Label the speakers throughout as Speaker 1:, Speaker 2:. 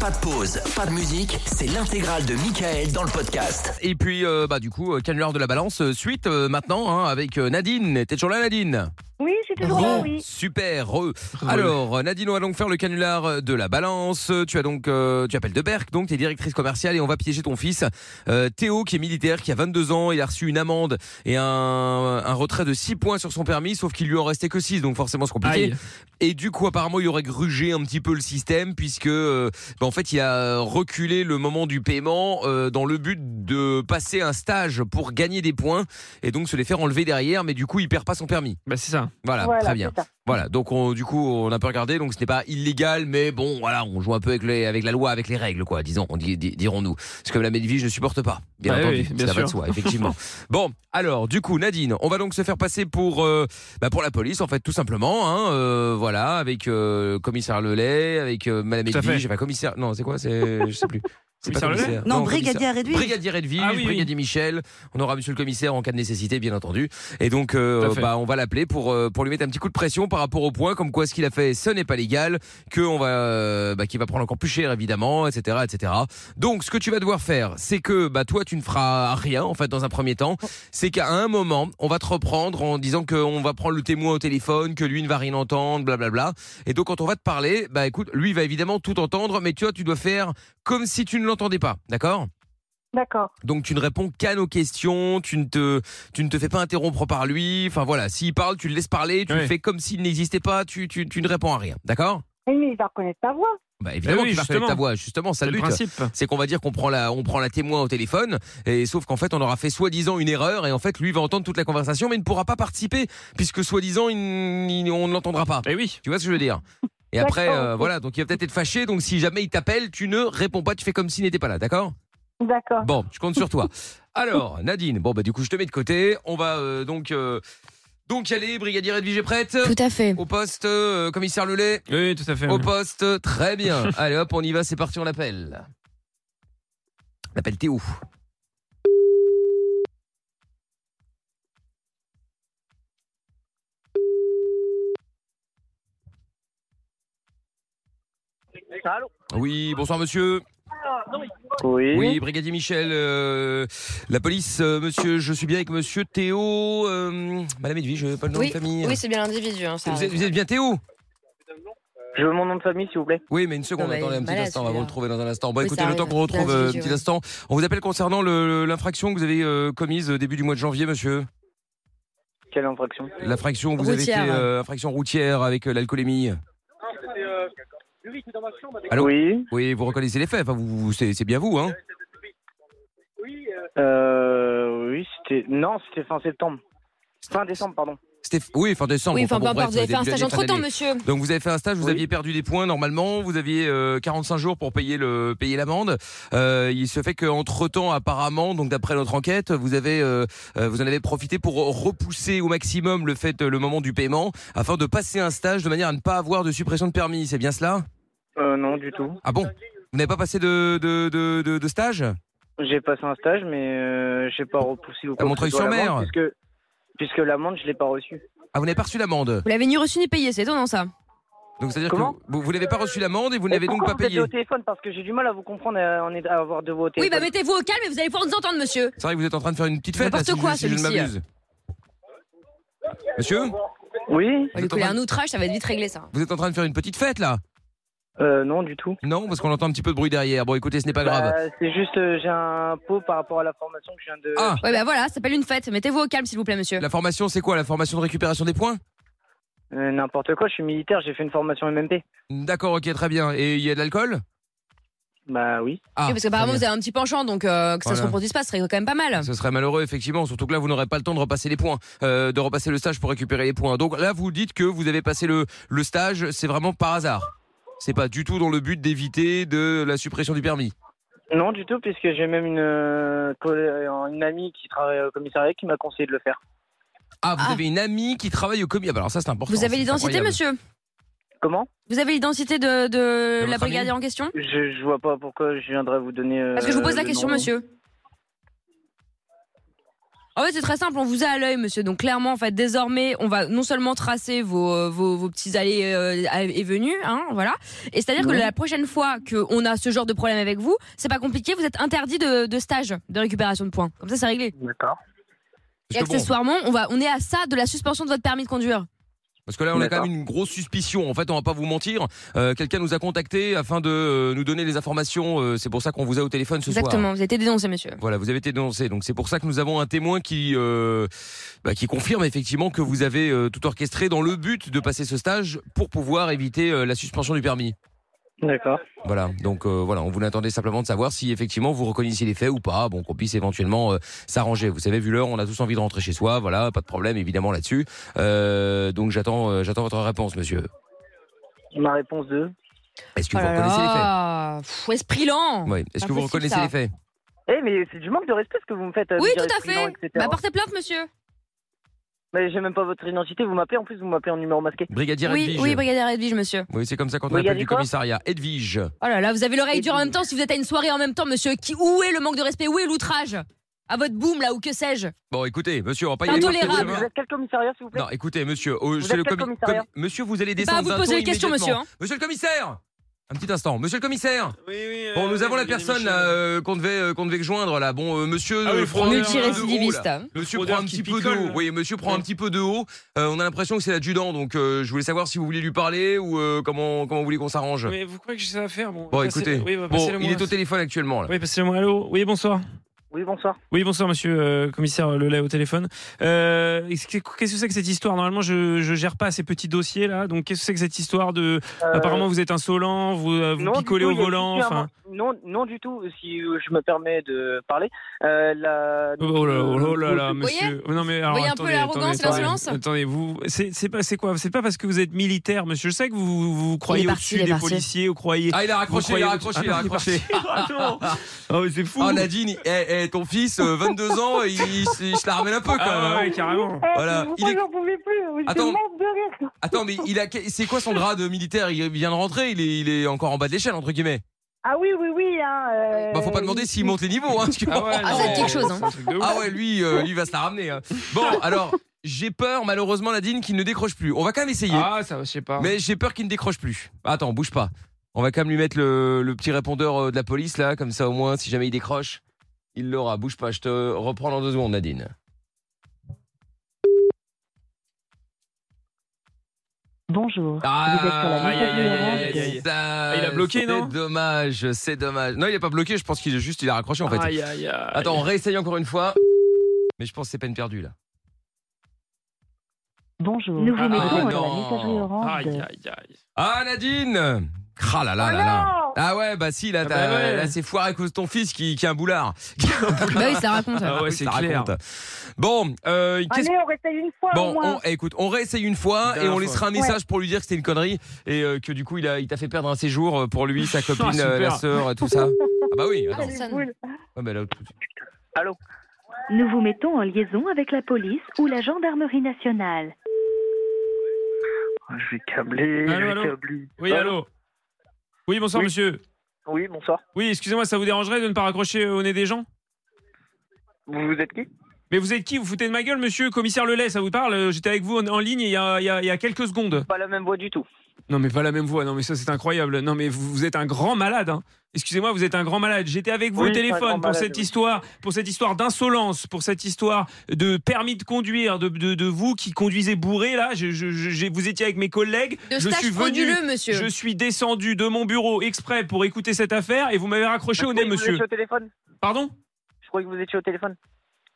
Speaker 1: Pas de pause, pas de musique, c'est l'intégrale de Michael dans le podcast.
Speaker 2: Et puis, euh, bah, du coup, euh, canular de la balance, euh, suite euh, maintenant hein, avec euh, Nadine. T'es toujours là, Nadine
Speaker 3: Oui, c'est toujours là, oui.
Speaker 2: Super. re. Alors, euh, Nadine, on va donc faire le canular euh, de la balance. Tu as donc, euh, tu appelles De Berck, donc t'es directrice commerciale et on va piéger ton fils euh, Théo, qui est militaire, qui a 22 ans. Il a reçu une amende et un, un retrait de 6 points sur son permis, sauf qu'il lui en restait que 6, donc forcément c'est compliqué.
Speaker 4: Aïe.
Speaker 2: Et du coup, apparemment, il aurait grugé un petit peu le système puisque, euh, bah, en fait, il a reculé le moment du paiement euh, dans le but de passer un stage pour gagner des points et donc se les faire enlever derrière. Mais du coup, il perd pas son permis.
Speaker 4: Bah c'est ça.
Speaker 2: Voilà,
Speaker 3: Voilà,
Speaker 2: Ah, très bien.
Speaker 3: c'est ça.
Speaker 2: Voilà, donc on- du coup, on a peu regardé, donc ce n'est pas illégal, mais bon, voilà, on joue un peu avec, les, avec la loi, avec les règles, quoi, disons, on dit- di- dirons-nous. Ce que la Medivh, je ne supporte pas, bien
Speaker 4: Ah oui,
Speaker 2: entendu,
Speaker 4: oui, bien
Speaker 2: ça va de
Speaker 4: sûr.
Speaker 2: soi, effectivement. bon, alors, du coup, Nadine, on va donc se faire passer pour, euh, bah, pour la police, en fait, tout simplement, hein, euh, voilà, avec euh, commissaire Lelay, avec euh, Madame
Speaker 4: Tout à
Speaker 2: Edwige,
Speaker 4: fait.
Speaker 2: j'ai pas commissaire, non, c'est quoi, c'est, je sais plus. C'est pas
Speaker 4: Commissaire Lelay
Speaker 2: commissaire.
Speaker 5: Non,
Speaker 2: commissaire.
Speaker 5: brigadier réduit.
Speaker 2: Brigadier Edwige,
Speaker 4: Ah oui, oui.
Speaker 2: brigadier Michel. On aura monsieur le commissaire en cas de nécessité, bien entendu. Et donc, euh,
Speaker 4: Tout à fait.
Speaker 2: bah, on va l'appeler pour, euh, pour lui mettre un petit coup de pression par rapport au point, comme quoi ce qu'il a fait, ce n'est pas légal, que on va, euh, bah, qu'il va prendre encore plus cher, évidemment, etc., etc. Donc, ce que tu vas devoir faire, c'est que, bah, toi, tu ne feras rien, en fait, dans un premier temps. C'est qu'à un moment, on va te reprendre en disant qu'on va prendre le témoin au téléphone, que lui ne va rien entendre, blablabla. Et donc, quand on va te parler, bah, écoute, lui, il va évidemment tout entendre, mais tu vois, tu dois faire comme si tu ne l'entendais pas, d'accord?
Speaker 3: D'accord.
Speaker 2: Donc tu ne réponds qu'à nos questions, tu ne te tu ne te fais pas interrompre par lui. Enfin voilà, s'il parle, tu le laisses parler, tu
Speaker 4: Ouais.
Speaker 2: le fais comme s'il n'existait pas, tu, tu, tu ne réponds à rien. D'accord
Speaker 3: Oui, mais il va reconnaître ta voix.
Speaker 2: Bah évidemment
Speaker 4: Eh oui,
Speaker 2: tu vas reconnaître
Speaker 4: justement.
Speaker 2: ta voix, justement, ça
Speaker 4: C'est
Speaker 2: le
Speaker 4: le
Speaker 2: but.
Speaker 4: principe.
Speaker 2: C'est qu'on va dire qu'on prend la on prend la témoin au téléphone et sauf qu'en fait on aura fait soi-disant une erreur et en fait lui va entendre toute la conversation mais il ne pourra pas participer puisque soi-disant il n- il- on ne l'entendra pas.
Speaker 4: Et oui.
Speaker 2: Tu vois ce que je veux dire Et après
Speaker 3: D'accord,
Speaker 2: euh,
Speaker 3: ok.
Speaker 2: voilà, donc il va peut-être être fâché donc si jamais il t'appelle, tu ne réponds pas, tu fais comme s'il n'était pas là, d'accord
Speaker 3: D'accord.
Speaker 2: Bon, je compte sur toi. Alors, Nadine, bon, bah, du coup, je te mets de côté. On va euh, donc, euh, donc y aller. Brigadier Edwige est prête
Speaker 6: Tout à fait.
Speaker 2: Au poste, euh, commissaire Lelay
Speaker 4: Oui, tout à fait.
Speaker 2: Au poste, très bien. Allez, hop, on y va, c'est parti, on l'appelle. On appelle Théo. Oui, bonsoir monsieur.
Speaker 7: Oui.
Speaker 2: Oui, brigadier Michel, euh, la police, euh, monsieur, je suis bien avec monsieur Théo, euh, madame Edwige, pas le nom
Speaker 6: Oui,
Speaker 2: de famille.
Speaker 6: oui c'est bien l'individu. Hein, ça
Speaker 2: vous, êtes,
Speaker 6: arrive.
Speaker 2: vous êtes bien Théo
Speaker 7: Je veux mon nom de famille, s'il vous plaît.
Speaker 2: Oui, mais une seconde,
Speaker 6: Non, mais
Speaker 2: attendez un petit
Speaker 6: malade,
Speaker 2: instant, on va vous
Speaker 6: celui-là.
Speaker 2: le retrouver dans un instant. Bon,
Speaker 6: Oui,
Speaker 2: écoutez,
Speaker 6: ça
Speaker 2: le temps
Speaker 6: arrive.
Speaker 2: qu'on retrouve euh, un
Speaker 6: L'individu,
Speaker 2: petit
Speaker 6: ouais.
Speaker 2: instant. On vous appelle concernant le- l'infraction que vous avez euh, commise euh, début du mois de janvier, monsieur.
Speaker 7: Quelle infraction
Speaker 2: L'infraction où vous
Speaker 6: Routière.
Speaker 2: avez été euh, infraction routière avec euh, l'alcoolémie. Allô
Speaker 7: Oui.
Speaker 2: Oui, vous reconnaissez les faits, enfin, vous, vous- c'est c'est bien vous, hein
Speaker 7: Euh, oui, c'était. Non, c'était fin septembre. Fin décembre, pardon.
Speaker 2: C'était oui, fin décembre.
Speaker 6: Oui, enfin,
Speaker 2: bon,
Speaker 6: peu
Speaker 2: bref,
Speaker 6: importe, vous avez fait un
Speaker 2: début
Speaker 6: stage
Speaker 2: d'année, fin
Speaker 6: entre temps,
Speaker 2: d'année.
Speaker 6: monsieur.
Speaker 2: Donc vous avez fait un stage, vous
Speaker 7: Oui.
Speaker 2: aviez perdu des points normalement, vous aviez euh, 45 jours pour payer le payer l'amende. Euh, il se fait qu'entre temps, apparemment, donc d'après notre enquête, vous avez euh, euh, vous en avez profité pour repousser au maximum le fait le moment du paiement afin de passer un stage de manière à ne pas avoir de suppression de permis. C'est bien cela
Speaker 7: Euh, non, du tout.
Speaker 2: Ah bon Vous n'avez pas passé de de, de, de- de stage
Speaker 7: J'ai passé un stage, mais euh, j'ai pas repoussé ou quoi. que ce soit
Speaker 2: Montreuil-sur-Mer.
Speaker 7: l'amende, Puisque, puisque l'amende, je l'ai pas reçue.
Speaker 2: Ah, vous n'avez pas reçu l'amende.
Speaker 6: Vous l'avez ni reçu ni payé, c'est étonnant ça.
Speaker 2: Donc c'est à dire que
Speaker 7: Comment
Speaker 2: vous, vous n'avez pas reçu l'amende et vous
Speaker 7: Vous
Speaker 2: n'avez donc pas payé.
Speaker 7: au téléphone parce que j'ai du mal à vous comprendre euh, en est- à avoir de vos
Speaker 6: Oui, bah
Speaker 7: téléphones.
Speaker 6: mettez-vous au calme et vous allez pouvoir nous entendre, monsieur.
Speaker 2: C'est vrai que vous êtes en train de faire une petite fête. là,
Speaker 6: N'importe
Speaker 2: si je-
Speaker 6: quoi,
Speaker 2: si je ne
Speaker 6: celui-ci.
Speaker 2: m'abuse. Monsieur,
Speaker 7: Oui
Speaker 6: On va
Speaker 2: Vous
Speaker 6: lui
Speaker 2: êtes en
Speaker 6: coller
Speaker 2: train
Speaker 6: un outrage, ça va être vite réglé ça.
Speaker 2: vous êtes en train de faire une petite fête là
Speaker 7: euh, Non, du tout.
Speaker 2: Non, parce qu'on entend un petit peu de bruit derrière. Bon, écoutez, ce n'est pas grave.
Speaker 7: Bah, c'est juste, euh, j'ai un pot par rapport à la formation que je viens de.
Speaker 2: Ah,
Speaker 6: Ouais, bah voilà, ça s'appelle une fête. Mettez-vous au calme, s'il vous plaît, monsieur.
Speaker 2: la formation, c'est quoi La formation de récupération des points
Speaker 7: Euh, N'importe quoi, je suis militaire, j'ai fait une formation MMP.
Speaker 2: D'accord, ok, très bien. Et il y a de l'alcool
Speaker 7: Bah oui.
Speaker 2: Ah,
Speaker 6: Oui, parce qu'apparemment,
Speaker 2: très
Speaker 6: vous
Speaker 2: bien.
Speaker 6: avez un petit penchant, donc euh, que ça
Speaker 2: Voilà.
Speaker 6: se reproduise pas, ce serait quand même pas mal.
Speaker 2: ce serait malheureux, effectivement, surtout que là, vous n'aurez pas le temps de repasser les points, euh, de repasser le stage pour récupérer les points. Donc là, vous dites que vous avez passé le, le stage, c'est vraiment par hasard. C'est pas du tout dans le but d'éviter de la suppression du permis.
Speaker 7: Non, du tout, puisque j'ai même une, euh, collè- euh, une amie qui travaille au commissariat qui m'a conseillé de le faire.
Speaker 2: Ah, vous
Speaker 6: Ah.
Speaker 2: avez une amie qui travaille au commis. Ah, bah alors ça, c'est important.
Speaker 6: Vous avez
Speaker 2: c'est
Speaker 6: l'identité,
Speaker 2: incroyable.
Speaker 6: monsieur
Speaker 7: Comment
Speaker 6: Vous avez l'identité de, de
Speaker 2: De
Speaker 6: la
Speaker 2: votre
Speaker 6: brigadière en question
Speaker 7: je, je vois pas pourquoi je viendrais vous donner. euh,
Speaker 6: Parce que je vous pose la
Speaker 7: le
Speaker 6: question,
Speaker 7: nom.
Speaker 6: monsieur. En fait, Ah c'est très simple, on vous a à l'œil, monsieur. Donc, clairement, en fait, désormais, on va non seulement tracer vos, euh, vos, vos petits allées euh, à- et venues, hein, voilà. Et c'est-à-dire que la prochaine fois qu'on a ce genre de problème avec vous, c'est pas compliqué, vous êtes interdit de, de stage, de récupération de points. Comme ça, c'est réglé.
Speaker 7: D'accord.
Speaker 6: Et
Speaker 2: Parce que, bon,
Speaker 6: accessoirement, on, va, on est à ça de la suspension de votre permis de conduire.
Speaker 2: parce que là, on a quand
Speaker 7: D'accord.
Speaker 2: même une grosse suspicion. En fait, on va pas vous mentir. Euh, Quelqu'un nous a contacté afin de euh, nous donner les informations. Euh, c'est pour ça qu'on vous a au téléphone ce soir.
Speaker 6: Exactement, vous avez été dénoncé, monsieur.
Speaker 2: Voilà, vous avez été dénoncé. Donc c'est pour ça que nous avons un témoin qui euh, bah, qui confirme effectivement que vous avez euh, tout orchestré dans le but de passer ce stage pour pouvoir éviter euh, la suspension du permis.
Speaker 7: D'accord.
Speaker 2: Voilà. Donc euh, voilà, on vous attendait simplement de savoir si effectivement vous reconnaissiez les faits ou pas. Bon, qu'on puisse éventuellement euh, s'arranger. Vous savez, vu l'heure, on a tous envie de rentrer chez soi. Voilà, pas de problème évidemment là-dessus. Euh, donc j'attends euh, j'attends votre réponse, monsieur.
Speaker 7: Ma réponse 2.
Speaker 2: Est-ce que
Speaker 6: Oh
Speaker 2: vous
Speaker 6: là
Speaker 2: reconnaissez les faits
Speaker 6: là, pff, esprit lent
Speaker 2: Oui. Est-ce que vous
Speaker 6: Impossible,
Speaker 2: reconnaissez
Speaker 6: ça.
Speaker 2: les faits
Speaker 7: Eh, mais c'est du manque de respect ce que vous me faites. euh,
Speaker 6: Oui,
Speaker 7: de dire
Speaker 6: tout à
Speaker 7: esprit lent,
Speaker 6: fait.
Speaker 7: etc.
Speaker 6: Bah, portez plainte, monsieur.
Speaker 7: Mais j'ai même pas votre identité, vous m'appelez, en plus vous m'appelez en numéro masqué.
Speaker 2: Brigadier
Speaker 6: Oui,
Speaker 2: Edwige.
Speaker 6: oui, brigadier Edwige, monsieur.
Speaker 2: Oui, c'est comme ça quand on
Speaker 7: Brigadier
Speaker 2: appelle du
Speaker 7: quoi
Speaker 2: commissariat. Edwige.
Speaker 6: Oh là là, vous avez l'oreille dure en même temps si vous êtes à une soirée en même temps, monsieur. Qui, où est le manque de respect Où est l'outrage À votre boom, là, ou que sais-je
Speaker 2: Bon, écoutez, monsieur, on va pas y aller.
Speaker 6: Intolérable.
Speaker 2: par tous les
Speaker 7: Vous
Speaker 2: chemins.
Speaker 7: êtes quel commissariat s'il vous plaît
Speaker 2: Non, écoutez, monsieur, oh,
Speaker 7: Vous
Speaker 2: c'est
Speaker 7: êtes
Speaker 2: le
Speaker 7: quel
Speaker 2: commi-
Speaker 7: commissariat
Speaker 2: commi- monsieur, vous allez
Speaker 6: C'est
Speaker 2: descendre.
Speaker 6: pas à Bah, vous de
Speaker 2: d'un
Speaker 6: poser
Speaker 2: ton
Speaker 6: les questions, monsieur.
Speaker 2: immédiatement.
Speaker 6: hein.
Speaker 2: Monsieur le commissaire Un petit instant, monsieur le commissaire.
Speaker 4: Oui, oui.
Speaker 2: Bon,
Speaker 4: euh,
Speaker 2: nous
Speaker 4: oui,
Speaker 2: avons la
Speaker 4: il y a des
Speaker 2: personne
Speaker 4: messieurs,
Speaker 2: là,
Speaker 4: là.
Speaker 2: euh, qu'on devait euh, qu'on devait joindre là. Bon, euh, monsieur,
Speaker 4: Ah
Speaker 2: euh,
Speaker 4: oui,
Speaker 2: prend-
Speaker 6: Multirécidiviste.
Speaker 2: Monsieur
Speaker 4: Fraudeur
Speaker 2: prend un
Speaker 4: qui
Speaker 2: petit peu de
Speaker 4: picole,
Speaker 2: haut.
Speaker 4: là.
Speaker 2: Oui, monsieur prend un petit peu de haut. Euh, on a l'impression que c'est l'adjudant, donc euh, je voulais savoir si vous voulez lui parler ou euh, comment comment vous voulez qu'on s'arrange.
Speaker 4: Mais vous croyez que j'ai ça à faire Bon,
Speaker 2: Bon,
Speaker 4: passez-
Speaker 2: écoutez.
Speaker 4: Oui, bah,
Speaker 2: Bon,
Speaker 4: passez-le
Speaker 2: il
Speaker 4: moi.
Speaker 2: est au téléphone actuellement. Là.
Speaker 4: Oui, passez-le-moi. Allô Oui, bonsoir.
Speaker 7: Oui, bonsoir.
Speaker 4: Oui, bonsoir, monsieur euh, commissaire Lelay au téléphone. Euh, est-ce que- Qu'est-ce que c'est que cette histoire Normalement, je, je gère pas ces petits dossiers là. Donc, qu'est-ce que c'est que cette histoire de.
Speaker 7: Euh,
Speaker 4: Apparemment, vous êtes insolent, vous, euh, vous
Speaker 7: non, du
Speaker 4: picolez
Speaker 7: tout,
Speaker 4: au
Speaker 7: il y a
Speaker 4: volant.
Speaker 7: juste eu un
Speaker 4: Enfin.
Speaker 7: man- Non, non du tout, si euh, je me permets de parler. Euh, la...
Speaker 4: Oh là là, oh là là,
Speaker 7: Euh,
Speaker 4: monsieur. non, mais alors,
Speaker 6: voyez un peu
Speaker 4: attendez,
Speaker 6: l'arrogance,
Speaker 4: attendez,
Speaker 6: l'insolence
Speaker 4: Attendez, vous. C'est c'est pas, c'est quoi C'est pas parce que vous êtes militaire, monsieur. Je sais que vous, vous, vous croyez
Speaker 6: est parti, il
Speaker 4: au-dessus
Speaker 6: est
Speaker 4: des
Speaker 6: parti.
Speaker 4: policiers, vous croyez.
Speaker 2: Ah, il a raccroché, il a raccroché, il a raccroché.
Speaker 4: Ah mais c'est fou.
Speaker 2: Ah, Nadine, eh, eh, ton fils, euh, 22 ans, il, il se il se la ramène un peu quand même. hein.
Speaker 4: Ah ouais, carrément.
Speaker 3: Eh,
Speaker 2: Voilà,
Speaker 3: je vous
Speaker 2: il est-
Speaker 3: jure, j'en pouvais plus. Je
Speaker 2: Attends.
Speaker 3: morte de rire.
Speaker 2: Attends, mais il a, c'est quoi son grade militaire Il vient de rentrer, il est, il est encore en bas de l'échelle entre guillemets.
Speaker 3: Ah oui, oui, oui. Hein, euh,
Speaker 2: Bah, faut pas demander s'il monte les niveaux. Hein, parce que-
Speaker 4: ouais,
Speaker 6: Ah, c'est
Speaker 4: non,
Speaker 6: quelque chose, hein.
Speaker 4: c'est un truc de ouf.
Speaker 2: Ah ouais, lui, euh, lui va se la ramener. hein. Bon, alors j'ai peur malheureusement Nadine qu'il ne décroche plus. On va quand même essayer,
Speaker 4: Ah, ça, je sais pas.
Speaker 2: mais j'ai peur qu'il ne décroche plus. Bah, Attends, bouge pas. On va quand même lui mettre le, le petit répondeur euh, de la police là, comme ça au moins si jamais il décroche, il l'aura. Bouge pas, je te reprends dans deux secondes Nadine.
Speaker 5: Bonjour. Vous êtes sur la
Speaker 2: Ah, aïe,
Speaker 5: liste
Speaker 2: aïe, aïe, aïe, aïe, aïe.
Speaker 4: Ah, il a bloqué,
Speaker 2: c'est
Speaker 4: non
Speaker 2: dommage, c'est dommage. Non, il est pas bloqué, je pense qu'il est juste, il a raccroché en fait.
Speaker 4: Aïe, aïe, aïe.
Speaker 2: Attends, on réessaye encore une fois. Mais je pense que c'est peine perdue là.
Speaker 5: Bonjour.
Speaker 3: Nous vous euh,
Speaker 5: Vous êtes
Speaker 2: mettons
Speaker 5: sur
Speaker 2: un-
Speaker 5: la messagerie orange.
Speaker 4: Aïe, aïe, aïe.
Speaker 2: Ah Nadine Ah là là là là
Speaker 3: non
Speaker 2: Ah ouais, bah si, là,
Speaker 4: Ah
Speaker 2: t'as-
Speaker 4: bah ouais.
Speaker 2: là, c'est foiré à cause de ton fils qui, qui est un boulard.
Speaker 6: Bah oui, ça raconte.
Speaker 4: Ah ouais, c'est
Speaker 2: Ça
Speaker 4: clair. Ah,
Speaker 2: raconte. Bon, euh, qu'est-ce
Speaker 3: Allez, Ah, on réessaye une fois au
Speaker 2: Bon,
Speaker 3: moins.
Speaker 2: on, eh, écoute, on réessaye une fois et
Speaker 4: Dernière
Speaker 2: on
Speaker 4: fois.
Speaker 2: laissera un message pour lui dire que c'était une connerie et euh, que du coup il a, il t'a fait perdre un séjour euh, pour lui, sa copine,
Speaker 4: Ah, super.
Speaker 2: euh, la sœur, et tout ça. Ah bah oui. Attends.
Speaker 6: Ah,
Speaker 3: Les boules.
Speaker 2: Ouais, bah là,
Speaker 5: Nous vous mettons euh, en liaison avec la police ou la gendarmerie nationale.
Speaker 7: Je vais câbler,
Speaker 4: Allô,
Speaker 7: je
Speaker 4: allô
Speaker 7: vais câbler.
Speaker 4: Oui, allô Oui, bonsoir,
Speaker 7: Oui.
Speaker 4: monsieur.
Speaker 7: Oui, bonsoir.
Speaker 4: Oui, excusez-moi, ça vous dérangerait de ne pas raccrocher au nez des gens
Speaker 7: Vous, vous êtes qui
Speaker 4: Mais vous êtes qui Vous foutez de ma gueule, monsieur Commissaire Lelay, ça vous parle Euh, J'étais avec vous en, en ligne il y, a, il y a- il y a quelques secondes.
Speaker 7: Pas la même voix du tout.
Speaker 4: Non, mais pas la même voix, non, mais ça c'est incroyable. Non, mais vous, vous êtes un grand malade, hein. Excusez-moi, vous êtes un grand malade. J'étais avec vous
Speaker 7: Oui,
Speaker 4: au
Speaker 7: je suis un grand
Speaker 4: téléphone pour
Speaker 7: malade,
Speaker 4: cette
Speaker 7: oui.
Speaker 4: histoire, pour cette histoire d'insolence, pour cette histoire de permis de conduire, de, de- de vous qui conduisez bourré là. Je, je- je- j'ai- vous étiez avec mes collègues.
Speaker 6: De
Speaker 4: je suis
Speaker 6: stage
Speaker 4: venu.
Speaker 6: frauduleux, monsieur.
Speaker 4: Je suis descendu de mon bureau exprès pour écouter cette affaire et vous m'avez raccroché au
Speaker 7: Je
Speaker 4: nez,
Speaker 7: croyais que Vous
Speaker 4: monsieur.
Speaker 7: étiez au téléphone
Speaker 4: Pardon
Speaker 7: Je croyais que vous étiez au téléphone.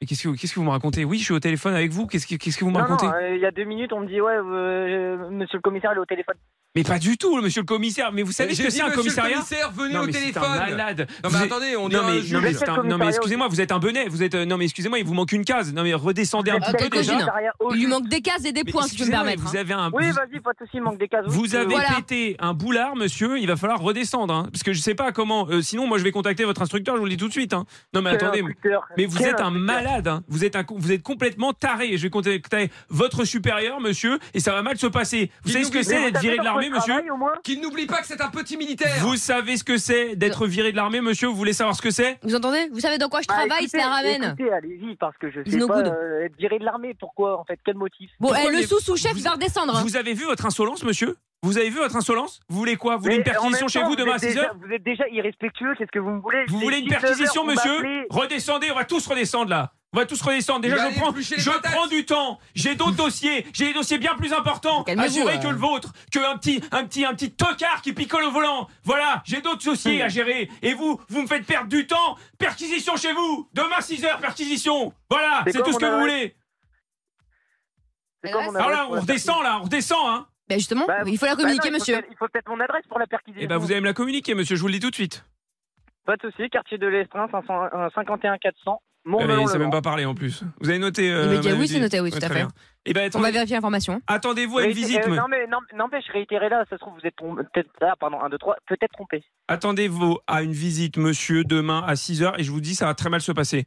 Speaker 4: Mais qu'est-ce que, qu'est-ce que vous me racontez Oui, je suis au téléphone avec vous. Qu'est-ce que, qu'est-ce que vous me
Speaker 7: non,
Speaker 4: racontez
Speaker 7: non, euh, il y a deux minutes, on me dit, ouais, euh, monsieur le commissaire, il est au téléphone.
Speaker 4: Mais pas du tout, le monsieur le commissaire. Mais vous savez ce
Speaker 2: J'ai
Speaker 4: que
Speaker 2: dit,
Speaker 4: c'est un
Speaker 2: monsieur le
Speaker 4: commissariat
Speaker 2: commissaire, venez
Speaker 4: Non,
Speaker 2: au
Speaker 4: mais c'est
Speaker 2: téléphone.
Speaker 4: un malade.
Speaker 2: Non
Speaker 4: Vous
Speaker 2: mais
Speaker 4: êtes-
Speaker 2: attendez, on
Speaker 4: non,
Speaker 2: dirait
Speaker 4: mais,
Speaker 2: un
Speaker 4: non, mais
Speaker 2: juge.
Speaker 4: c'est un- non, mais excusez-moi, vous êtes un benet. Vous êtes, euh, non mais excusez-moi, il vous manque une case. Non mais redescendez un
Speaker 6: Vous
Speaker 4: petit
Speaker 6: êtes
Speaker 4: peu déjà.
Speaker 6: cousine. Il lui manque des cases et Bah, des
Speaker 4: Mais
Speaker 6: points, si je peux me
Speaker 4: excusez-moi,
Speaker 6: permettre.
Speaker 4: Vous
Speaker 6: hein.
Speaker 4: avez un.
Speaker 7: oh, Oui,
Speaker 4: Ah. vous-
Speaker 7: vas-y, pas de soucis, il manque des cases.
Speaker 4: Vous avez
Speaker 6: Voilà.
Speaker 4: pété un boulard, monsieur. Il va falloir redescendre, hein, parce que je sais pas comment. euh, sinon, moi, je vais contacter votre instructeur. Je vous le dis tout de suite. hein. Non, mais attendez. Mais vous êtes un malade, hein. vous êtes un, vous êtes complètement taré. Je vais contacter votre supérieur, monsieur, et ça va mal se passer. Vous
Speaker 2: Qui
Speaker 4: savez
Speaker 2: nous-
Speaker 4: ce que
Speaker 2: mais
Speaker 4: c'est d'être viré de la l'armée, monsieur
Speaker 7: travail, au moins
Speaker 2: Qu'il n'oublie pas que c'est un petit militaire.
Speaker 4: Vous savez ce que c'est d'être viré de l'armée, monsieur Vous voulez savoir ce que c'est
Speaker 6: Vous entendez Vous savez dans quoi je
Speaker 7: Bah,
Speaker 6: travaille, il se
Speaker 7: écoutez,
Speaker 6: la ramène.
Speaker 7: Écoutez, allez-y, parce que je
Speaker 6: Ils
Speaker 7: sais
Speaker 6: nous
Speaker 7: pas
Speaker 6: goudent.
Speaker 7: euh, être viré de l'armée. Pourquoi En fait, quel motif
Speaker 6: Bon,
Speaker 4: Pourquoi
Speaker 6: eh, le
Speaker 4: les-
Speaker 6: sous-sous-chef,
Speaker 4: vous-
Speaker 6: il va redescendre. hein.
Speaker 4: Vous avez vu votre insolence, monsieur Vous avez vu votre insolence Vous voulez quoi Vous voulez une
Speaker 7: Mais en même
Speaker 4: perquisition chez
Speaker 7: temps,
Speaker 4: vous demain à
Speaker 7: êtes déjà-
Speaker 4: 6h
Speaker 7: Vous êtes déjà irrespectueux, qu'est-ce que vous me voulez
Speaker 4: Vous
Speaker 7: C'est
Speaker 4: voulez une
Speaker 7: 19 heures,
Speaker 4: perquisition,
Speaker 7: vous
Speaker 4: monsieur
Speaker 7: m'appelez.
Speaker 4: Redescendez, on va tous redescendre là. On va tous redescendre.
Speaker 2: Il va
Speaker 4: Déjà, je
Speaker 2: aller
Speaker 4: prends,
Speaker 2: éplucher les
Speaker 4: je
Speaker 2: patates.
Speaker 4: prends du temps. J'ai d'autres dossiers. J'ai des dossiers bien plus importants.
Speaker 6: Calmez-vous,
Speaker 4: Assurez
Speaker 6: euh.
Speaker 4: que le vôtre, que un petit, un petit, un petit tocard qui picole au volant. Voilà, j'ai d'autres dossiers à gérer. Et vous, vous me faites perdre du temps. Perquisition chez vous. Demain 6 h perquisition. Voilà,
Speaker 7: C'est
Speaker 4: c'est
Speaker 7: quoi
Speaker 4: tout ce
Speaker 7: mon
Speaker 4: que vous
Speaker 7: adresse
Speaker 4: voulez.
Speaker 7: C'est quoi mon
Speaker 6: Ah
Speaker 4: Alors
Speaker 7: adresse
Speaker 4: là,
Speaker 7: pour
Speaker 4: on
Speaker 7: la
Speaker 4: redescend là, on redescend. Hein.
Speaker 6: Bah, justement,
Speaker 7: Bah,
Speaker 6: il faut
Speaker 7: perquisition Bah non,
Speaker 6: la
Speaker 7: il
Speaker 6: communiquer,
Speaker 7: faut
Speaker 6: monsieur.
Speaker 7: peut-être- Il faut peut-être mon adresse pour la perquisition.
Speaker 4: Eh ben, vous allez me la communiquer, monsieur. Je vous le dis tout de suite.
Speaker 7: Pas de souci, quartier de l'Estrin, 500 euh, 51
Speaker 4: Ah,
Speaker 7: 400.
Speaker 6: Oh,
Speaker 4: mais
Speaker 7: Montmelon.
Speaker 4: il sait même pas parler en plus. Vous avez noté.
Speaker 6: Il me dit, ah oui,
Speaker 4: madame
Speaker 6: c'est noté, oui, tout à
Speaker 4: très
Speaker 6: fait.
Speaker 4: bien. Eh ben,
Speaker 6: On
Speaker 4: attendez-
Speaker 6: va vérifier l'information.
Speaker 4: attendez-vous à une visite. mais-
Speaker 7: non mais non, n'empêche, réitérez là, ça se trouve vous êtes trompé- peut-être ah, pardon, 1 2 3, peut-être trompé.
Speaker 4: Attendez-vous à une visite, monsieur, demain à 6h, et je vous dis, ça va très mal se passer.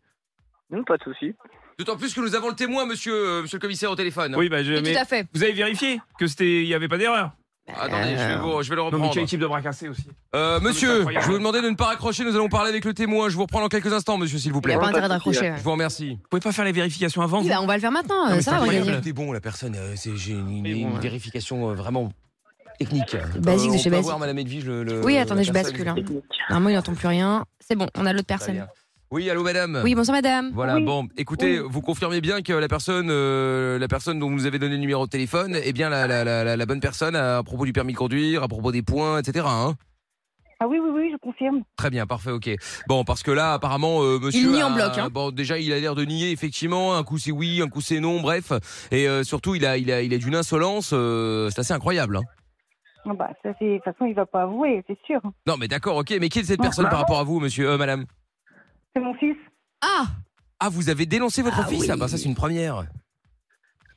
Speaker 7: Non, pas de souci.
Speaker 2: D'autant plus que nous avons le témoin, monsieur, euh, monsieur le commissaire, au téléphone.
Speaker 4: Oui, bah, je,
Speaker 6: Oui,
Speaker 4: mais
Speaker 6: Tout à fait.
Speaker 4: vous avez vérifié que c'était, il n'y avait pas d'erreur.
Speaker 2: Attendez, je vais, vous- je vais le
Speaker 4: Ah. Non, mais
Speaker 2: reprendre.
Speaker 6: bah.
Speaker 4: quelle équipe de bras cassés aussi.
Speaker 2: Euh,
Speaker 4: Non, mais c'est
Speaker 2: monsieur, je
Speaker 4: incroyable.
Speaker 2: vais vous demander de ne pas raccrocher. Nous allons parler avec le témoin. Je vous reprends dans quelques instants, monsieur, s'il vous
Speaker 6: Il n'y
Speaker 2: plaît.
Speaker 6: a pas
Speaker 7: Ouais,
Speaker 6: intérêt
Speaker 7: pas de souci,
Speaker 6: d'accrocher.
Speaker 2: Je vous remercie.
Speaker 4: Vous pouvez pas faire les vérifications avant
Speaker 6: Oui,
Speaker 4: vous
Speaker 6: bah, on va le faire maintenant,
Speaker 4: hein. mais
Speaker 6: euh,
Speaker 4: c'est
Speaker 6: ça va, on va
Speaker 4: incroyable.
Speaker 6: gagner.
Speaker 2: C'était bon, la personne. euh, c'est- J'ai une,
Speaker 4: Mais
Speaker 2: une
Speaker 4: bon, ouais.
Speaker 2: vérification euh, vraiment technique.
Speaker 4: Bah,
Speaker 6: Basique de
Speaker 2: Euh, on
Speaker 6: chez
Speaker 2: peut
Speaker 6: Basique.
Speaker 2: avoir Madame Edwige, le, le-
Speaker 6: Oui,
Speaker 2: la
Speaker 6: attendez, je
Speaker 2: personne.
Speaker 6: bascule. hein.
Speaker 4: Mmh.
Speaker 6: Normalement, il n'entend plus rien. C'est bon, on a l'autre
Speaker 2: Très
Speaker 6: personne.
Speaker 2: bien. Oui, allô, madame.
Speaker 6: Oui, bonsoir madame.
Speaker 2: Voilà,
Speaker 3: Oui.
Speaker 2: bon, écoutez, vous confirmez bien que la personne, euh, la personne dont vous nous avez donné le numéro de téléphone, est bien la, la, la, la- la bonne personne à propos du permis de conduire, à propos des points, etc. hein
Speaker 3: Ah oui, oui, oui, je confirme.
Speaker 2: Très bien, parfait, ok. Bon, parce que là, apparemment, euh, monsieur.
Speaker 6: Il nie
Speaker 2: a-
Speaker 6: en bloc, hein.
Speaker 2: Bon, déjà, il a l'air de nier, effectivement. Un coup, c'est oui, un coup, c'est non, bref. Et euh, surtout, il a, il a, il a d'une insolence, euh, c'est assez incroyable. hein.
Speaker 3: Ah bah, ça, c'est... De toute façon, il va pas avouer, c'est sûr.
Speaker 2: Non, mais d'accord, ok. Mais qui est cette personne par rapport à vous, monsieur, euh, madame
Speaker 3: C'est mon fils.
Speaker 6: Ah
Speaker 2: Ah, vous avez dénoncé votre
Speaker 6: Ah
Speaker 2: fils
Speaker 6: oui.
Speaker 2: Ah, bah, ça, c'est une première.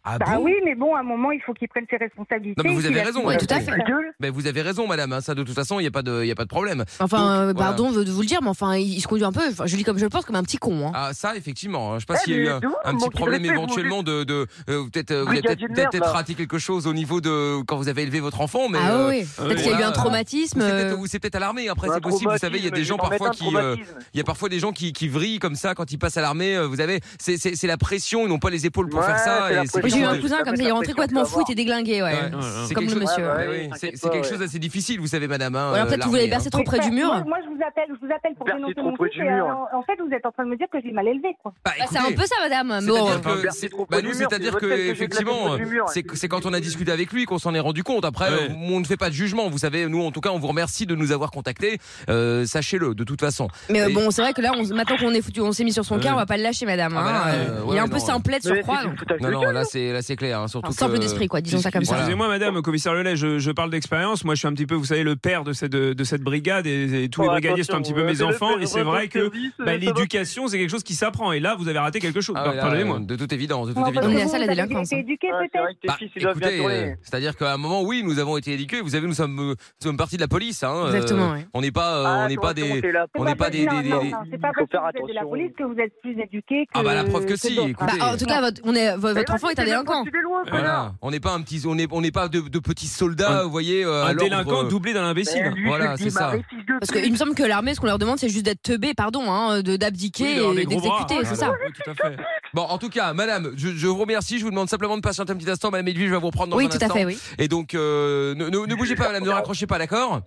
Speaker 2: Ah,
Speaker 3: Bah
Speaker 2: bon
Speaker 3: oui, mais bon, à un moment, il faut qu'il prenne ses responsabilités.
Speaker 2: Non, mais vous
Speaker 3: qu'il
Speaker 2: avez
Speaker 3: assume
Speaker 2: raison,
Speaker 6: ouais,
Speaker 3: sa
Speaker 6: tout à fait.
Speaker 3: gueule.
Speaker 2: Mais vous avez raison, madame. hein. Ça, de toute façon, il n'y a, pas de- il y a pas de problème.
Speaker 6: Enfin,
Speaker 2: Donc,
Speaker 6: euh, pardon de de vous le dire, mais enfin, il il se conduit un peu, enfin, je lis comme je le pense, comme un petit con. hein.
Speaker 2: Ah, ça, effectivement. hein. Je sais pas
Speaker 7: Eh,
Speaker 2: s'il y a eu
Speaker 7: mais
Speaker 2: un,
Speaker 7: d'où
Speaker 2: un
Speaker 7: vous
Speaker 2: petit
Speaker 7: manquez de
Speaker 2: problème
Speaker 7: respect, vous
Speaker 2: éventuellement de. de euh, peut-être, euh, vous avez
Speaker 7: Brigadier
Speaker 2: peut-être
Speaker 7: de merde,
Speaker 2: peut-être
Speaker 7: là.
Speaker 2: raté quelque chose au niveau de. quand vous avez élevé votre enfant, mais.
Speaker 6: ah
Speaker 2: euh,
Speaker 6: oui,
Speaker 4: euh,
Speaker 6: peut-être qu'il y a eu
Speaker 2: voilà.
Speaker 6: un traumatisme.
Speaker 2: Ou c'est
Speaker 6: euh,
Speaker 2: peut-être ou c'est peut-être à l'armée. Après,
Speaker 7: Un
Speaker 2: c'est possible. Vous savez, il y a
Speaker 7: Bah, traumatisme,
Speaker 2: des gens
Speaker 7: je vais
Speaker 2: parfois
Speaker 7: mettre un
Speaker 2: qui. euh,
Speaker 7: traumatisme.
Speaker 2: Il y a parfois des gens qui, qui vrillent comme ça quand ils passent à l'armée. euh, Vous avez, c'est c'est- c'est la pression. Ils n'ont pas les épaules pour
Speaker 7: Ouais,
Speaker 2: faire ça.
Speaker 7: c'est la
Speaker 2: et c'est
Speaker 7: pression.
Speaker 6: J'ai eu un
Speaker 2: quelque chose
Speaker 6: cousin comme ça, il est rentré complètement fou, il était déglingué,
Speaker 2: de-
Speaker 6: ouais.
Speaker 2: Ouais,
Speaker 4: ouais.
Speaker 2: c'est
Speaker 6: Comme
Speaker 2: quelque
Speaker 6: le
Speaker 2: chose-
Speaker 6: monsieur.
Speaker 2: ouais,
Speaker 7: Ouais,
Speaker 2: ouais,
Speaker 7: ouais,
Speaker 2: c'est-
Speaker 7: t'inquiète
Speaker 2: C'est
Speaker 7: pas,
Speaker 2: quelque
Speaker 7: ouais.
Speaker 2: chose d'assez difficile, vous savez, madame. hein,
Speaker 6: Ou alors
Speaker 2: euh,
Speaker 6: peut-être vous voulez
Speaker 2: l'armée, hein.
Speaker 6: bercer trop
Speaker 3: Oui,
Speaker 6: près du
Speaker 3: bah,
Speaker 6: mur.
Speaker 3: Moi, moi, je vous appelle, je vous appelle pour
Speaker 7: Bercer
Speaker 3: dénoncer
Speaker 7: trop
Speaker 3: mon
Speaker 7: près
Speaker 3: fils.
Speaker 7: du
Speaker 3: et,
Speaker 7: mur.
Speaker 3: euh, en fait, vous êtes en train de me dire que j'ai mal élevé, quoi.
Speaker 2: Bah,
Speaker 6: Bah, c'est un
Speaker 2: écoutez,
Speaker 6: peu ça, madame. Bon,
Speaker 2: C'est-à-dire
Speaker 7: euh,
Speaker 2: que, c'est-
Speaker 7: trop
Speaker 2: bah,
Speaker 7: près du
Speaker 2: nous,
Speaker 7: mur,
Speaker 2: c'est-à-dire
Speaker 7: c'est
Speaker 2: que,
Speaker 7: votre tête que j'ai
Speaker 2: effectivement, euh,
Speaker 7: claqué le mur, hein.
Speaker 2: c'est que- c'est quand on a discuté avec lui qu'on s'en est rendu compte. Après,
Speaker 4: Ouais.
Speaker 2: on- on ne fait pas de jugement. Vous savez, nous, en tout cas, on vous remercie de nous avoir contactés. Euh, Sachez-le, de toute façon.
Speaker 6: mais euh,
Speaker 2: Et-
Speaker 6: bon, c'est vrai que là, on- maintenant qu'on est foutu, on s'est mis sur son
Speaker 4: Ouais.
Speaker 6: cas, on va pas le lâcher, madame.
Speaker 2: Ah,
Speaker 6: hein.
Speaker 2: bah là,
Speaker 6: Euh,
Speaker 2: euh,
Speaker 6: il est
Speaker 2: ouais,
Speaker 6: un peu
Speaker 2: non,
Speaker 6: simple
Speaker 7: Mais
Speaker 6: sur croix.
Speaker 7: c'est
Speaker 6: donc.
Speaker 7: une foutasse de
Speaker 2: Non, non,
Speaker 7: gueule.
Speaker 2: là, c'est là, c'est clair. hein, surtout
Speaker 6: Enfin, simple
Speaker 2: que-
Speaker 6: d'esprit, quoi, disons ça comme ça.
Speaker 4: Excusez-moi, madame, commissaire Lelay, je, je parle d'expérience. Moi, je suis un petit peu, vous savez, le père de cette, de cette brigade et, et tous les
Speaker 7: Oh,
Speaker 4: brigadiers sont un petit
Speaker 7: attention,
Speaker 4: peu mes
Speaker 7: euh,
Speaker 4: enfants.
Speaker 7: le-
Speaker 4: Et c'est vrai que
Speaker 7: service,
Speaker 4: bah,
Speaker 7: euh, ça va
Speaker 4: l'éducation, c'est quelque chose qui s'apprend. Et là, vous avez raté quelque chose.
Speaker 2: Ah, ouais, là,
Speaker 4: bah, Pardonnez-moi.
Speaker 2: euh, de toute évidence, de toute
Speaker 3: Enfin,
Speaker 2: évidence.
Speaker 6: On est
Speaker 3: vous,
Speaker 6: à ça, la
Speaker 3: vous avez
Speaker 6: délinquance,
Speaker 3: été
Speaker 6: hein.
Speaker 3: éduqué,
Speaker 7: Ah, c'est
Speaker 3: peut-être
Speaker 7: vrai que tes
Speaker 2: Bah,
Speaker 7: fils, ils doivent bien
Speaker 2: écoutez,
Speaker 7: tourner.
Speaker 2: euh, c'est-à-dire qu'à un moment, oui, nous avons été éduqués. Vous savez, nous sommes, euh, nous sommes partie de la police. Hein, euh,
Speaker 6: Exactement, ouais.
Speaker 2: On n'est pas, euh,
Speaker 7: Ah,
Speaker 2: on n'est pas des.
Speaker 7: attention, t'es là.
Speaker 2: on
Speaker 3: C'est
Speaker 2: n'est pas des-
Speaker 3: parce-
Speaker 2: des-
Speaker 3: non,
Speaker 2: des-
Speaker 3: non, non, c'est pas
Speaker 7: Faut
Speaker 3: parce que
Speaker 7: faire
Speaker 3: vous êtes de la
Speaker 7: attention.
Speaker 3: police que vous êtes plus éduqué que.
Speaker 2: Ah, bah, la preuve que si,
Speaker 3: d'autres.
Speaker 2: écoutez.
Speaker 6: Bah, en tout cas, votre, on est,
Speaker 7: Mais
Speaker 6: votre
Speaker 7: non,
Speaker 6: enfant est un
Speaker 7: mais même
Speaker 6: délinquant.
Speaker 7: quand tu es loin, connard.
Speaker 2: Voilà. On n'est pas un petit, on n'est, on n'est pas de, de petits soldats,
Speaker 4: Un-
Speaker 2: vous voyez. euh, à
Speaker 4: Un
Speaker 2: l'ordre,
Speaker 4: délinquant
Speaker 2: euh,
Speaker 4: doublé d'un
Speaker 7: Mais
Speaker 4: imbécile.
Speaker 7: lui,
Speaker 2: Voilà,
Speaker 7: je lui dis,
Speaker 2: c'est ça.
Speaker 7: bah, fils de
Speaker 6: Parce
Speaker 7: pute.
Speaker 6: qu'il me semble que l'armée, ce qu'on leur demande, c'est juste d'être teubé, pardon, hein, de-
Speaker 4: Oui,
Speaker 6: d'abdiquer
Speaker 4: d'avoir
Speaker 6: et
Speaker 4: des gros bras.
Speaker 6: d'exécuter, c'est
Speaker 4: Voilà.
Speaker 6: ça.
Speaker 4: Oui, tout à fait.
Speaker 2: Bon, en tout cas, madame, je, je vous remercie. Je vous demande simplement de patienter un petit instant. Madame Edwige, je vais vous reprendre dans
Speaker 6: Oui,
Speaker 2: un
Speaker 6: tout
Speaker 2: instant.
Speaker 6: à fait, oui.
Speaker 2: Et donc, euh, ne, ne- ne bougez pas, madame, ne raccrochez pas, d'accord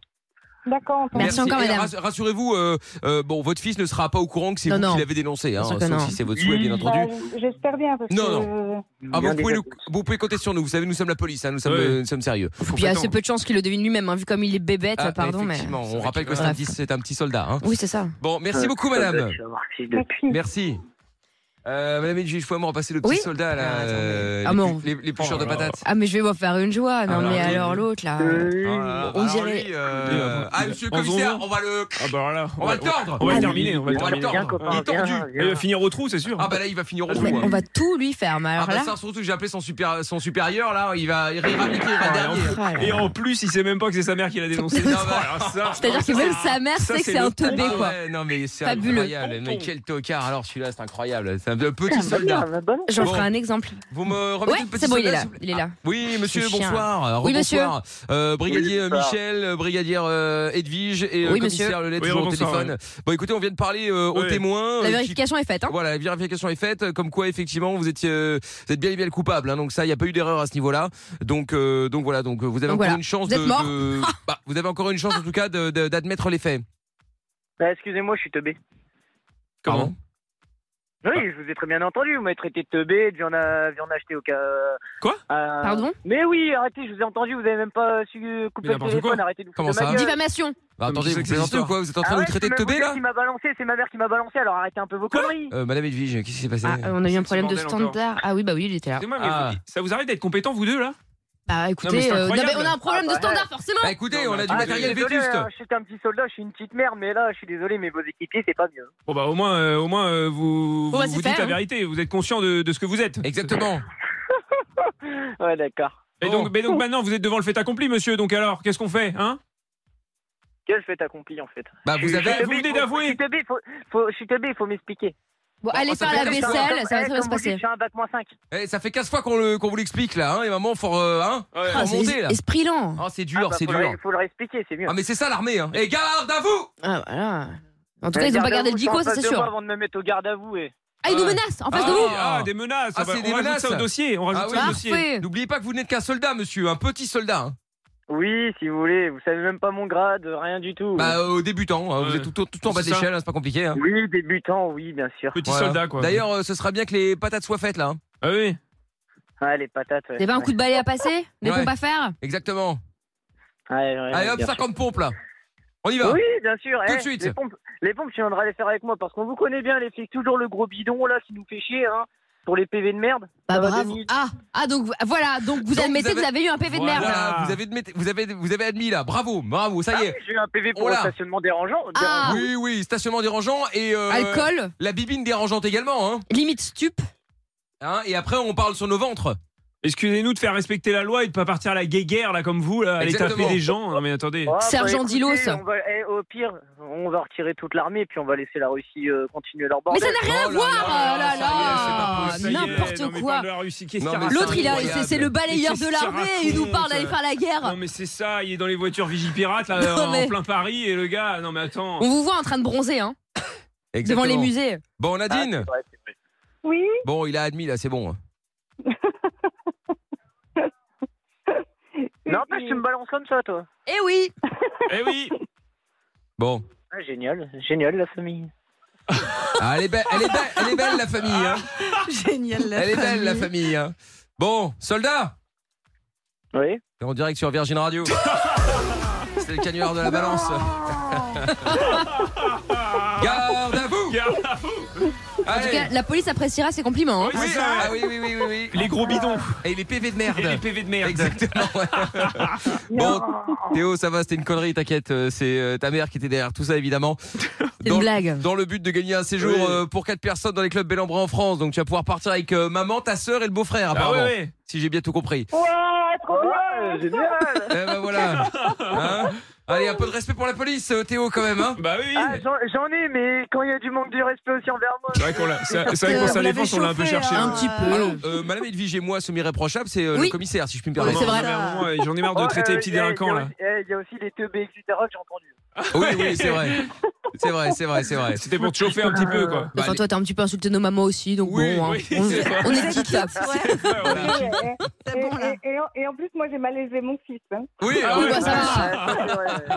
Speaker 3: D'accord, entendu.
Speaker 6: Merci encore,
Speaker 2: Et
Speaker 6: madame.
Speaker 2: rass- Rassurez-vous, euh, euh, bon, votre fils ne sera pas au courant que c'est
Speaker 6: Non,
Speaker 2: vous
Speaker 6: non.
Speaker 2: qui l'avez dénoncé, hein,
Speaker 6: Bien sûr
Speaker 2: sauf
Speaker 6: que non.
Speaker 2: si c'est votre souhait, bien
Speaker 3: Bah,
Speaker 2: entendu.
Speaker 3: J'espère bien, parce
Speaker 2: Non,
Speaker 3: que.
Speaker 2: Ah,
Speaker 7: Bien
Speaker 2: vous, pouvez
Speaker 7: des
Speaker 2: le- vous pouvez compter sur nous. Vous savez, nous sommes la police, hein, nous, sommes,
Speaker 4: Ouais.
Speaker 2: euh, nous sommes sérieux.
Speaker 4: Faut
Speaker 6: Puis il y a
Speaker 4: pas
Speaker 6: assez peu de chances qu'il le devine lui-même, hein, vu comme il est bébête,
Speaker 2: Ah,
Speaker 6: pardon. Mais...
Speaker 2: effectivement, on rappelle que c'est un,
Speaker 6: Bref.
Speaker 2: petit- c'est un petit soldat. hein.
Speaker 6: Oui, c'est ça.
Speaker 2: Bon, merci
Speaker 7: Euh,
Speaker 2: beaucoup, madame.
Speaker 7: Fils de
Speaker 3: Merci.
Speaker 2: Merci. Euh, madame Edwige, faut me repasser le petit
Speaker 6: Oui.
Speaker 2: soldat, là,
Speaker 6: Ah, attendez.
Speaker 2: euh,
Speaker 6: Ah,
Speaker 2: les,
Speaker 6: bon.
Speaker 2: plus- les, les
Speaker 4: Oh
Speaker 2: plucheurs
Speaker 4: là
Speaker 2: de
Speaker 4: là.
Speaker 2: patates.
Speaker 6: Ah, mais je vais vous faire une joie. Non,
Speaker 4: Alors,
Speaker 6: mais
Speaker 4: oui.
Speaker 6: alors l'autre, là.
Speaker 2: Ah,
Speaker 7: pute.
Speaker 6: Bah On
Speaker 2: Alors
Speaker 6: dirait-
Speaker 2: lui, euh, Ah, monsieur le commissaire, on va le.
Speaker 4: Ah bah alors là,
Speaker 2: On va le tordre.
Speaker 4: On va le terminer, on va le
Speaker 2: On va le
Speaker 4: terminer.
Speaker 7: Viens,
Speaker 2: tordre. Il
Speaker 7: copain,
Speaker 2: est tordu.
Speaker 7: viens,
Speaker 4: Il va
Speaker 7: viens.
Speaker 4: finir au trou, c'est sûr.
Speaker 2: Ah, bah là, il va finir au
Speaker 6: On va,
Speaker 2: trou.
Speaker 6: on
Speaker 2: hein.
Speaker 6: va tout lui faire, mais
Speaker 2: Ah,
Speaker 6: alors
Speaker 2: bah
Speaker 6: là.
Speaker 2: ça, surtout que j'ai appelé son, super, son supérieur, là. Il va, il ira niquer, il ira
Speaker 4: Ah,
Speaker 2: dernier.
Speaker 4: et en- Et en plus, il sait même pas que c'est sa mère qui l'a dénoncé.
Speaker 2: Non, mais-
Speaker 4: Alors ça-
Speaker 6: C'est-à-dire que même sa mère
Speaker 4: ça,
Speaker 6: sait que
Speaker 4: c'est
Speaker 6: c'est un
Speaker 4: le
Speaker 6: teubé,
Speaker 2: Ah
Speaker 6: quoi.
Speaker 2: ouais, non mais c'est
Speaker 6: Fabuleux.
Speaker 2: incroyable, mais quel tocard. Alors celui-là c'est incroyable, ça de petit soldat.
Speaker 7: Ah, bah, bonne.
Speaker 6: J'en
Speaker 2: Bon.
Speaker 6: ferai un exemple.
Speaker 2: Vous me remettez
Speaker 6: Ouais,
Speaker 2: le petit
Speaker 6: c'est bon, il est
Speaker 2: soldat,
Speaker 6: là.
Speaker 2: s'il vous plaît Ah,
Speaker 6: Il est là.
Speaker 2: Oui, monsieur,
Speaker 6: Ce chien.
Speaker 2: bonsoir.
Speaker 6: Oui,
Speaker 2: Rebonsoir. Euh, brigadier euh,
Speaker 7: bonsoir.
Speaker 2: Michel, euh, brigadière euh, Edwige et euh,
Speaker 6: Oui, monsieur.
Speaker 2: commissaire Lelette
Speaker 4: Oui,
Speaker 2: toujours au
Speaker 4: rebonsoir,
Speaker 2: téléphone. Bon, écoutez, on vient de parler euh, aux
Speaker 4: Oui.
Speaker 2: témoins.
Speaker 6: La
Speaker 2: euh, qui-
Speaker 6: vérification est faite. Hein.
Speaker 2: Voilà, la vérification est faite, euh, comme quoi effectivement vous étiez, euh, vous êtes bien et bien le coupable. hein. donc ça, il n'y a pas eu d'erreur à ce niveau-là. Donc, euh, donc voilà, donc euh, vous avez
Speaker 6: Donc
Speaker 2: encore
Speaker 6: voilà.
Speaker 2: une chance
Speaker 6: Vous êtes
Speaker 2: de,
Speaker 6: mort.
Speaker 2: de- bah, vous avez encore une chance en tout cas de- de- d'admettre les faits.
Speaker 7: Bah, excusez-moi, je suis teubé.
Speaker 2: Comment
Speaker 7: Oui, je vous ai très bien entendu. Vous m'avez traité de teubé, de viande, à- viande achetée au cas. euh,
Speaker 4: Quoi
Speaker 7: à-
Speaker 6: Pardon
Speaker 7: Mais oui, arrêtez, je vous ai entendu. Vous avez même pas su
Speaker 4: Mais
Speaker 7: couper le
Speaker 4: n'importe
Speaker 7: téléphone.
Speaker 4: quoi.
Speaker 7: Arrêtez de vous
Speaker 2: Comment
Speaker 7: foutre de
Speaker 2: ça
Speaker 7: ma gueule.
Speaker 6: Diffamation.
Speaker 2: Bah,
Speaker 4: Mais
Speaker 2: Attendez,
Speaker 4: je sais
Speaker 2: vous
Speaker 4: que c'est
Speaker 2: plaisantez
Speaker 4: l'histoire.
Speaker 2: ou quoi Vous êtes en train de
Speaker 7: Ah ouais,
Speaker 2: me traiter
Speaker 7: je
Speaker 2: de
Speaker 7: peux même
Speaker 2: teubé
Speaker 7: vous dire
Speaker 2: là
Speaker 7: qui m'a balancé, c'est ma mère qui m'a balancé, alors arrêtez un peu vos conneries. Ah,
Speaker 2: Euh, Madame Edwige, qu'est-ce qui s'est passé
Speaker 6: Ah, on a eu
Speaker 4: C'est
Speaker 6: un problème de
Speaker 4: bordel encore.
Speaker 6: standard. Ah oui, bah oui, il était là.
Speaker 4: Excusez-moi, mais
Speaker 2: Ah.
Speaker 4: vous- ça vous arrive d'être compétents, vous deux, là
Speaker 6: Bah
Speaker 4: Non, mais
Speaker 6: écoutez,
Speaker 4: c'est
Speaker 6: euh, non, mais
Speaker 4: incroyable.
Speaker 6: on a un problème
Speaker 7: Ah,
Speaker 6: de
Speaker 7: bah,
Speaker 6: standard, forcément.
Speaker 2: Bah écoutez,
Speaker 4: Non,
Speaker 2: on a
Speaker 4: mais
Speaker 2: du
Speaker 4: attends,
Speaker 2: matériel
Speaker 7: désolé,
Speaker 2: vétuste.
Speaker 7: hein, j'étais un petit soldat, je suis une petite mère, mais là, je suis désolé, mais vos équipiers, c'est pas mieux.
Speaker 4: Bon, bah, au moins, euh, au moins euh, vous,
Speaker 6: Bon,
Speaker 4: vous,
Speaker 6: bah, c'est
Speaker 4: vous dites
Speaker 6: fait,
Speaker 4: la
Speaker 6: hein.
Speaker 4: vérité, vous êtes conscient de, de ce que vous êtes.
Speaker 2: Exactement.
Speaker 7: Ouais, d'accord.
Speaker 4: Et
Speaker 2: Bon.
Speaker 4: donc, mais
Speaker 7: Oh.
Speaker 4: donc maintenant, vous êtes devant le fait accompli, monsieur, donc alors, qu'est-ce qu'on fait, hein
Speaker 7: Quel fait accompli, en fait
Speaker 2: Bah vous
Speaker 4: Je-
Speaker 2: avez.
Speaker 4: je- vous venez d'avouer.
Speaker 7: Je suis teubé, faut, faut, je suis teubé, faut m'expliquer.
Speaker 6: Bon, allez
Speaker 2: ça
Speaker 6: faire
Speaker 2: fait
Speaker 6: la
Speaker 2: comme ça.
Speaker 6: vaisselle, ça va
Speaker 7: Eh,
Speaker 6: très bien se
Speaker 7: comme vous dites,
Speaker 6: passer.
Speaker 7: J'ai un bac moins 5.
Speaker 2: Eh, ça fait 15 fois qu'on le- qu'on vous l'explique là, hein, et maman, faut, euh, hein, faut
Speaker 6: Ah, c'est
Speaker 2: remonter là.
Speaker 6: esprit lent.
Speaker 2: Ah, c'est dur, c'est
Speaker 7: bah, faut le-
Speaker 2: dur.
Speaker 7: faut leur expliquer, c'est mieux.
Speaker 2: Ah mais c'est ça l'armée, hein. Et garde à vous
Speaker 6: Ah, voilà. En tout cas, ils ont pas
Speaker 7: Garde à
Speaker 6: gardé le
Speaker 7: vous,
Speaker 6: dico,
Speaker 7: je suis en
Speaker 6: ça c'est
Speaker 7: face de moi
Speaker 6: sûr.
Speaker 7: Avant de me mettre au garde à vous et.
Speaker 6: Ah, ils nous
Speaker 2: Ouais.
Speaker 6: menacent en face
Speaker 2: Ah,
Speaker 6: de vous.
Speaker 2: oui.
Speaker 4: Ah, des menaces
Speaker 2: Ah,
Speaker 4: on va-
Speaker 2: c'est
Speaker 4: On
Speaker 2: des
Speaker 4: rajoute
Speaker 2: menaces. Ah
Speaker 4: ça au dossier, on rajoute ça au dossier.
Speaker 6: Parfait.
Speaker 2: N'oubliez pas que vous n'êtes qu'un soldat, monsieur, un petit soldat. hein.
Speaker 7: Oui, si vous voulez, vous savez même pas mon grade, rien du tout.
Speaker 2: Bah, euh, débutant, hein, vous
Speaker 4: Ouais.
Speaker 2: êtes tout, tout, tout en bas de
Speaker 4: C'est ça.
Speaker 2: l'échelle, hein, c'est pas compliqué. hein.
Speaker 7: Oui, débutant, oui, bien sûr.
Speaker 4: Petit
Speaker 2: Voilà.
Speaker 4: soldat, quoi.
Speaker 2: D'ailleurs, euh, ce sera bien que les patates soient faites là. hein.
Speaker 4: Ah oui.
Speaker 7: Ah, les patates. Ouais.
Speaker 6: T'as pas Eh ben, un coup de balai à passer Des
Speaker 2: Ouais.
Speaker 6: pompes à faire
Speaker 2: Exactement.
Speaker 7: Ouais, ouais,
Speaker 2: Allez hop,
Speaker 7: bien sûr.
Speaker 2: 50 pompes là. On y va.
Speaker 7: Oui, bien sûr.
Speaker 2: Tout
Speaker 7: eh,
Speaker 2: de suite.
Speaker 7: Les pompes, les pompes, tu viendras les faire avec moi parce qu'on vous connaît bien, les flics. Toujours le gros bidon là qui nous fait chier, hein, pour les PV de merde.
Speaker 6: Bah
Speaker 7: Ça va,
Speaker 6: bravo.
Speaker 7: Denis
Speaker 6: Ah, ah donc voilà, donc vous
Speaker 2: Donc,
Speaker 6: admettez
Speaker 2: vous
Speaker 6: que vous avez eu un PV de
Speaker 4: Voilà.
Speaker 6: merde.
Speaker 2: Voilà, vous avez, admis- vous, avez, vous avez admis là. Bravo, bravo, ça y est.
Speaker 7: Ah, J'ai eu un PV pour
Speaker 2: Oh
Speaker 7: le
Speaker 2: là.
Speaker 7: stationnement dérangeant.
Speaker 6: Ah.
Speaker 2: Oui, oui, stationnement dérangeant et euh,
Speaker 6: Alcool,
Speaker 2: la bibine dérangeante également. Hein.
Speaker 6: limite stup.
Speaker 2: Hein, et après, on parle sur nos ventres.
Speaker 4: Excusez-nous de faire respecter la loi et de pas partir à la guéguerre, là, comme vous, là, aller
Speaker 2: Exactement.
Speaker 4: taper des gens. Non, mais attendez.
Speaker 7: Ah,
Speaker 6: Sergent
Speaker 7: écoutez,
Speaker 6: Dilos.
Speaker 7: on va- eh, Au pire, on va retirer toute l'armée puis on va laisser la Russie euh, continuer leur
Speaker 6: Mais
Speaker 7: bordel.
Speaker 6: ça n'a rien
Speaker 2: Oh
Speaker 6: à
Speaker 2: là
Speaker 6: voir.
Speaker 2: là là,
Speaker 6: Oh
Speaker 2: Ah,
Speaker 4: Ça y est,
Speaker 6: là là,
Speaker 4: non, mais
Speaker 6: n'importe
Speaker 4: parle
Speaker 6: quoi.
Speaker 4: de la Russie, qu'est-ce
Speaker 2: Non,
Speaker 4: qu'il
Speaker 2: mais
Speaker 4: raconte
Speaker 6: L'autre, il a,
Speaker 2: incroyable.
Speaker 6: c'est c'est le balayeur
Speaker 4: Mais
Speaker 6: de
Speaker 4: qu'est-ce qu'il
Speaker 6: l'armée et il nous
Speaker 4: raconte,
Speaker 6: parle d'aller
Speaker 4: euh,
Speaker 6: faire la guerre.
Speaker 4: Non mais c'est ça, il est dans les voitures Vigipirate là,
Speaker 6: Non,
Speaker 4: en
Speaker 6: mais-
Speaker 4: plein Paris et le gars, non mais attends.
Speaker 6: On vous voit en train de bronzer, hein, devant
Speaker 2: Exactement.
Speaker 6: les musées.
Speaker 2: Bon,
Speaker 7: Ah, c'est
Speaker 2: Nadine.
Speaker 7: vrai, c'est vrai.
Speaker 3: Oui,
Speaker 2: Bon, il a admis là, c'est bon. hein.
Speaker 7: N'empêche, tu me balances comme ça, toi.
Speaker 6: Eh oui,
Speaker 4: Eh oui,
Speaker 2: Bon.
Speaker 7: Ah, génial, génial la famille.
Speaker 2: Ah, elle, est belle, elle, est belle, elle est belle la famille. hein.
Speaker 6: génial.
Speaker 2: Elle est belle la famille. hein. Bon, soldat.
Speaker 7: Oui.
Speaker 2: T'es en direct sur Virgin Radio. C'est le canular de la balance. Garde à vous
Speaker 4: regarde,
Speaker 6: En tout cas,
Speaker 2: Allez
Speaker 6: la police appréciera ses compliments. hein.
Speaker 4: Oui,
Speaker 2: oui,
Speaker 4: c'est ça.
Speaker 2: ah, oui, oui, oui, oui, oui.
Speaker 4: les
Speaker 6: Ah,
Speaker 4: gros bidons
Speaker 2: Et les PV de
Speaker 4: et les
Speaker 2: merde.
Speaker 4: PV de merde.
Speaker 2: Exactement. ouais. bon, Théo, ça va, c'était une connerie, t'inquiète. euh, C'est euh, ta mère qui était derrière tout ça, évidemment.
Speaker 6: C'est
Speaker 2: Dans,
Speaker 6: une blague.
Speaker 2: dans le but de gagner un séjour
Speaker 4: Oui.
Speaker 2: euh, pour quatre personnes dans les clubs Bellambra en France. Donc tu vas pouvoir partir avec euh, maman, ta sœur et le beau-frère,
Speaker 4: Ah
Speaker 2: apparemment.
Speaker 4: ouais, ouais.
Speaker 2: Si j'ai bien tout compris.
Speaker 3: ouais,
Speaker 6: Oh,
Speaker 3: trop bien.
Speaker 7: Ouais, génial.
Speaker 2: Eh ben voilà. Hein Allez, un peu de respect pour la police, euh, Théo, quand même. Hein
Speaker 4: Bah oui.
Speaker 7: Ah, j'en j'en ai, mais quand il y a du manque de respect aussi envers moi.
Speaker 4: C'est vrai qu'on l'a- c'est- c'est vrai qu'on sa défense, on l'a un peu cherché.
Speaker 6: Un
Speaker 4: hein.
Speaker 6: petit peu.
Speaker 2: Alors, euh, Madame Edwige et moi, semi-réprochable, c'est euh, le
Speaker 6: Oui.
Speaker 2: commissaire, si je puis me
Speaker 6: Ouais,
Speaker 2: permettre.
Speaker 6: c'est vrai.
Speaker 4: Non, mais à un moment, euh, J'en ai marre de traiter
Speaker 7: Oh,
Speaker 4: les petits
Speaker 7: euh, y a-
Speaker 4: délinquants
Speaker 7: y a
Speaker 4: là.
Speaker 7: aussi- eh, Il y a aussi les teubés, etc. que J'ai entendu.
Speaker 2: Oui, oui, c'est vrai. C'est vrai, c'est vrai, c'est vrai.
Speaker 4: C'était pour te chauffer un petit peu quoi.
Speaker 2: Bah,
Speaker 6: Enfin, toi, t'as un petit peu insulté nos mamans aussi, donc
Speaker 2: Oui,
Speaker 6: bon, hein,
Speaker 4: oui,
Speaker 6: on,
Speaker 4: c'est vrai.
Speaker 6: on est dit top.
Speaker 3: Et, et-
Speaker 8: C'est bon là.
Speaker 3: et- et- et en- et en plus, moi, j'ai mal élevé mon fils. hein.
Speaker 2: Oui, alors,
Speaker 4: Ah
Speaker 6: Oui, bah, ça va.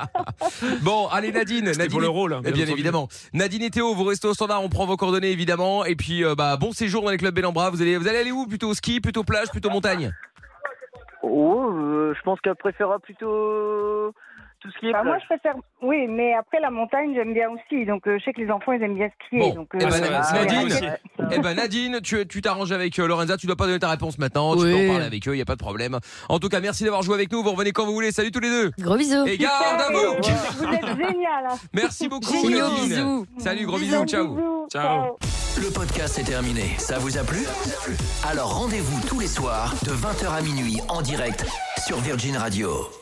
Speaker 2: bon, allez Nadine,
Speaker 4: C'était
Speaker 2: Nadine.
Speaker 4: pour le rôle. hein,
Speaker 2: Eh bien
Speaker 4: entendu.
Speaker 2: évidemment. Nadine et Théo, vous restez au standard, on prend vos coordonnées évidemment. Et puis euh, bah bon séjour dans les clubs Bellambra. Vous allez vous allez aller où Plutôt au ski, plutôt plage, plutôt montagne
Speaker 7: Oh, euh, je pense qu'elle préférera plutôt tout ce qui est
Speaker 3: Enfin, Bah, moi,
Speaker 7: plage.
Speaker 3: je préfère. Oui, mais après, la montagne, j'aime bien aussi. Donc, euh, je sais que les enfants, ils aiment bien skier.
Speaker 2: Bon,
Speaker 3: donc, euh,
Speaker 2: eh ben,
Speaker 4: c'est vrai,
Speaker 7: Ah,
Speaker 3: voilà.
Speaker 2: Nadine,
Speaker 4: aussi.
Speaker 2: Eh ben Nadine, tu tu t'arranges avec euh, Lorenza, tu dois pas donner ta réponse maintenant, tu
Speaker 6: Oui.
Speaker 2: peux en parler avec eux, il y a pas de problème. En tout cas, merci d'avoir joué avec nous, vous revenez quand vous voulez. Salut tous les deux.
Speaker 6: Gros bisous.
Speaker 2: Et garde à vous.
Speaker 3: Ah, Vous êtes génial. hein.
Speaker 2: Merci beaucoup
Speaker 6: Gros
Speaker 2: Nadine.
Speaker 6: bisous.
Speaker 2: Salut, gros
Speaker 8: Bisous,
Speaker 2: bisous, ciao.
Speaker 3: Bisous,
Speaker 4: Ciao.
Speaker 1: Le podcast est terminé. Ça vous a plu Alors rendez-vous tous les soirs de 20h à minuit en direct sur Virgin Radio.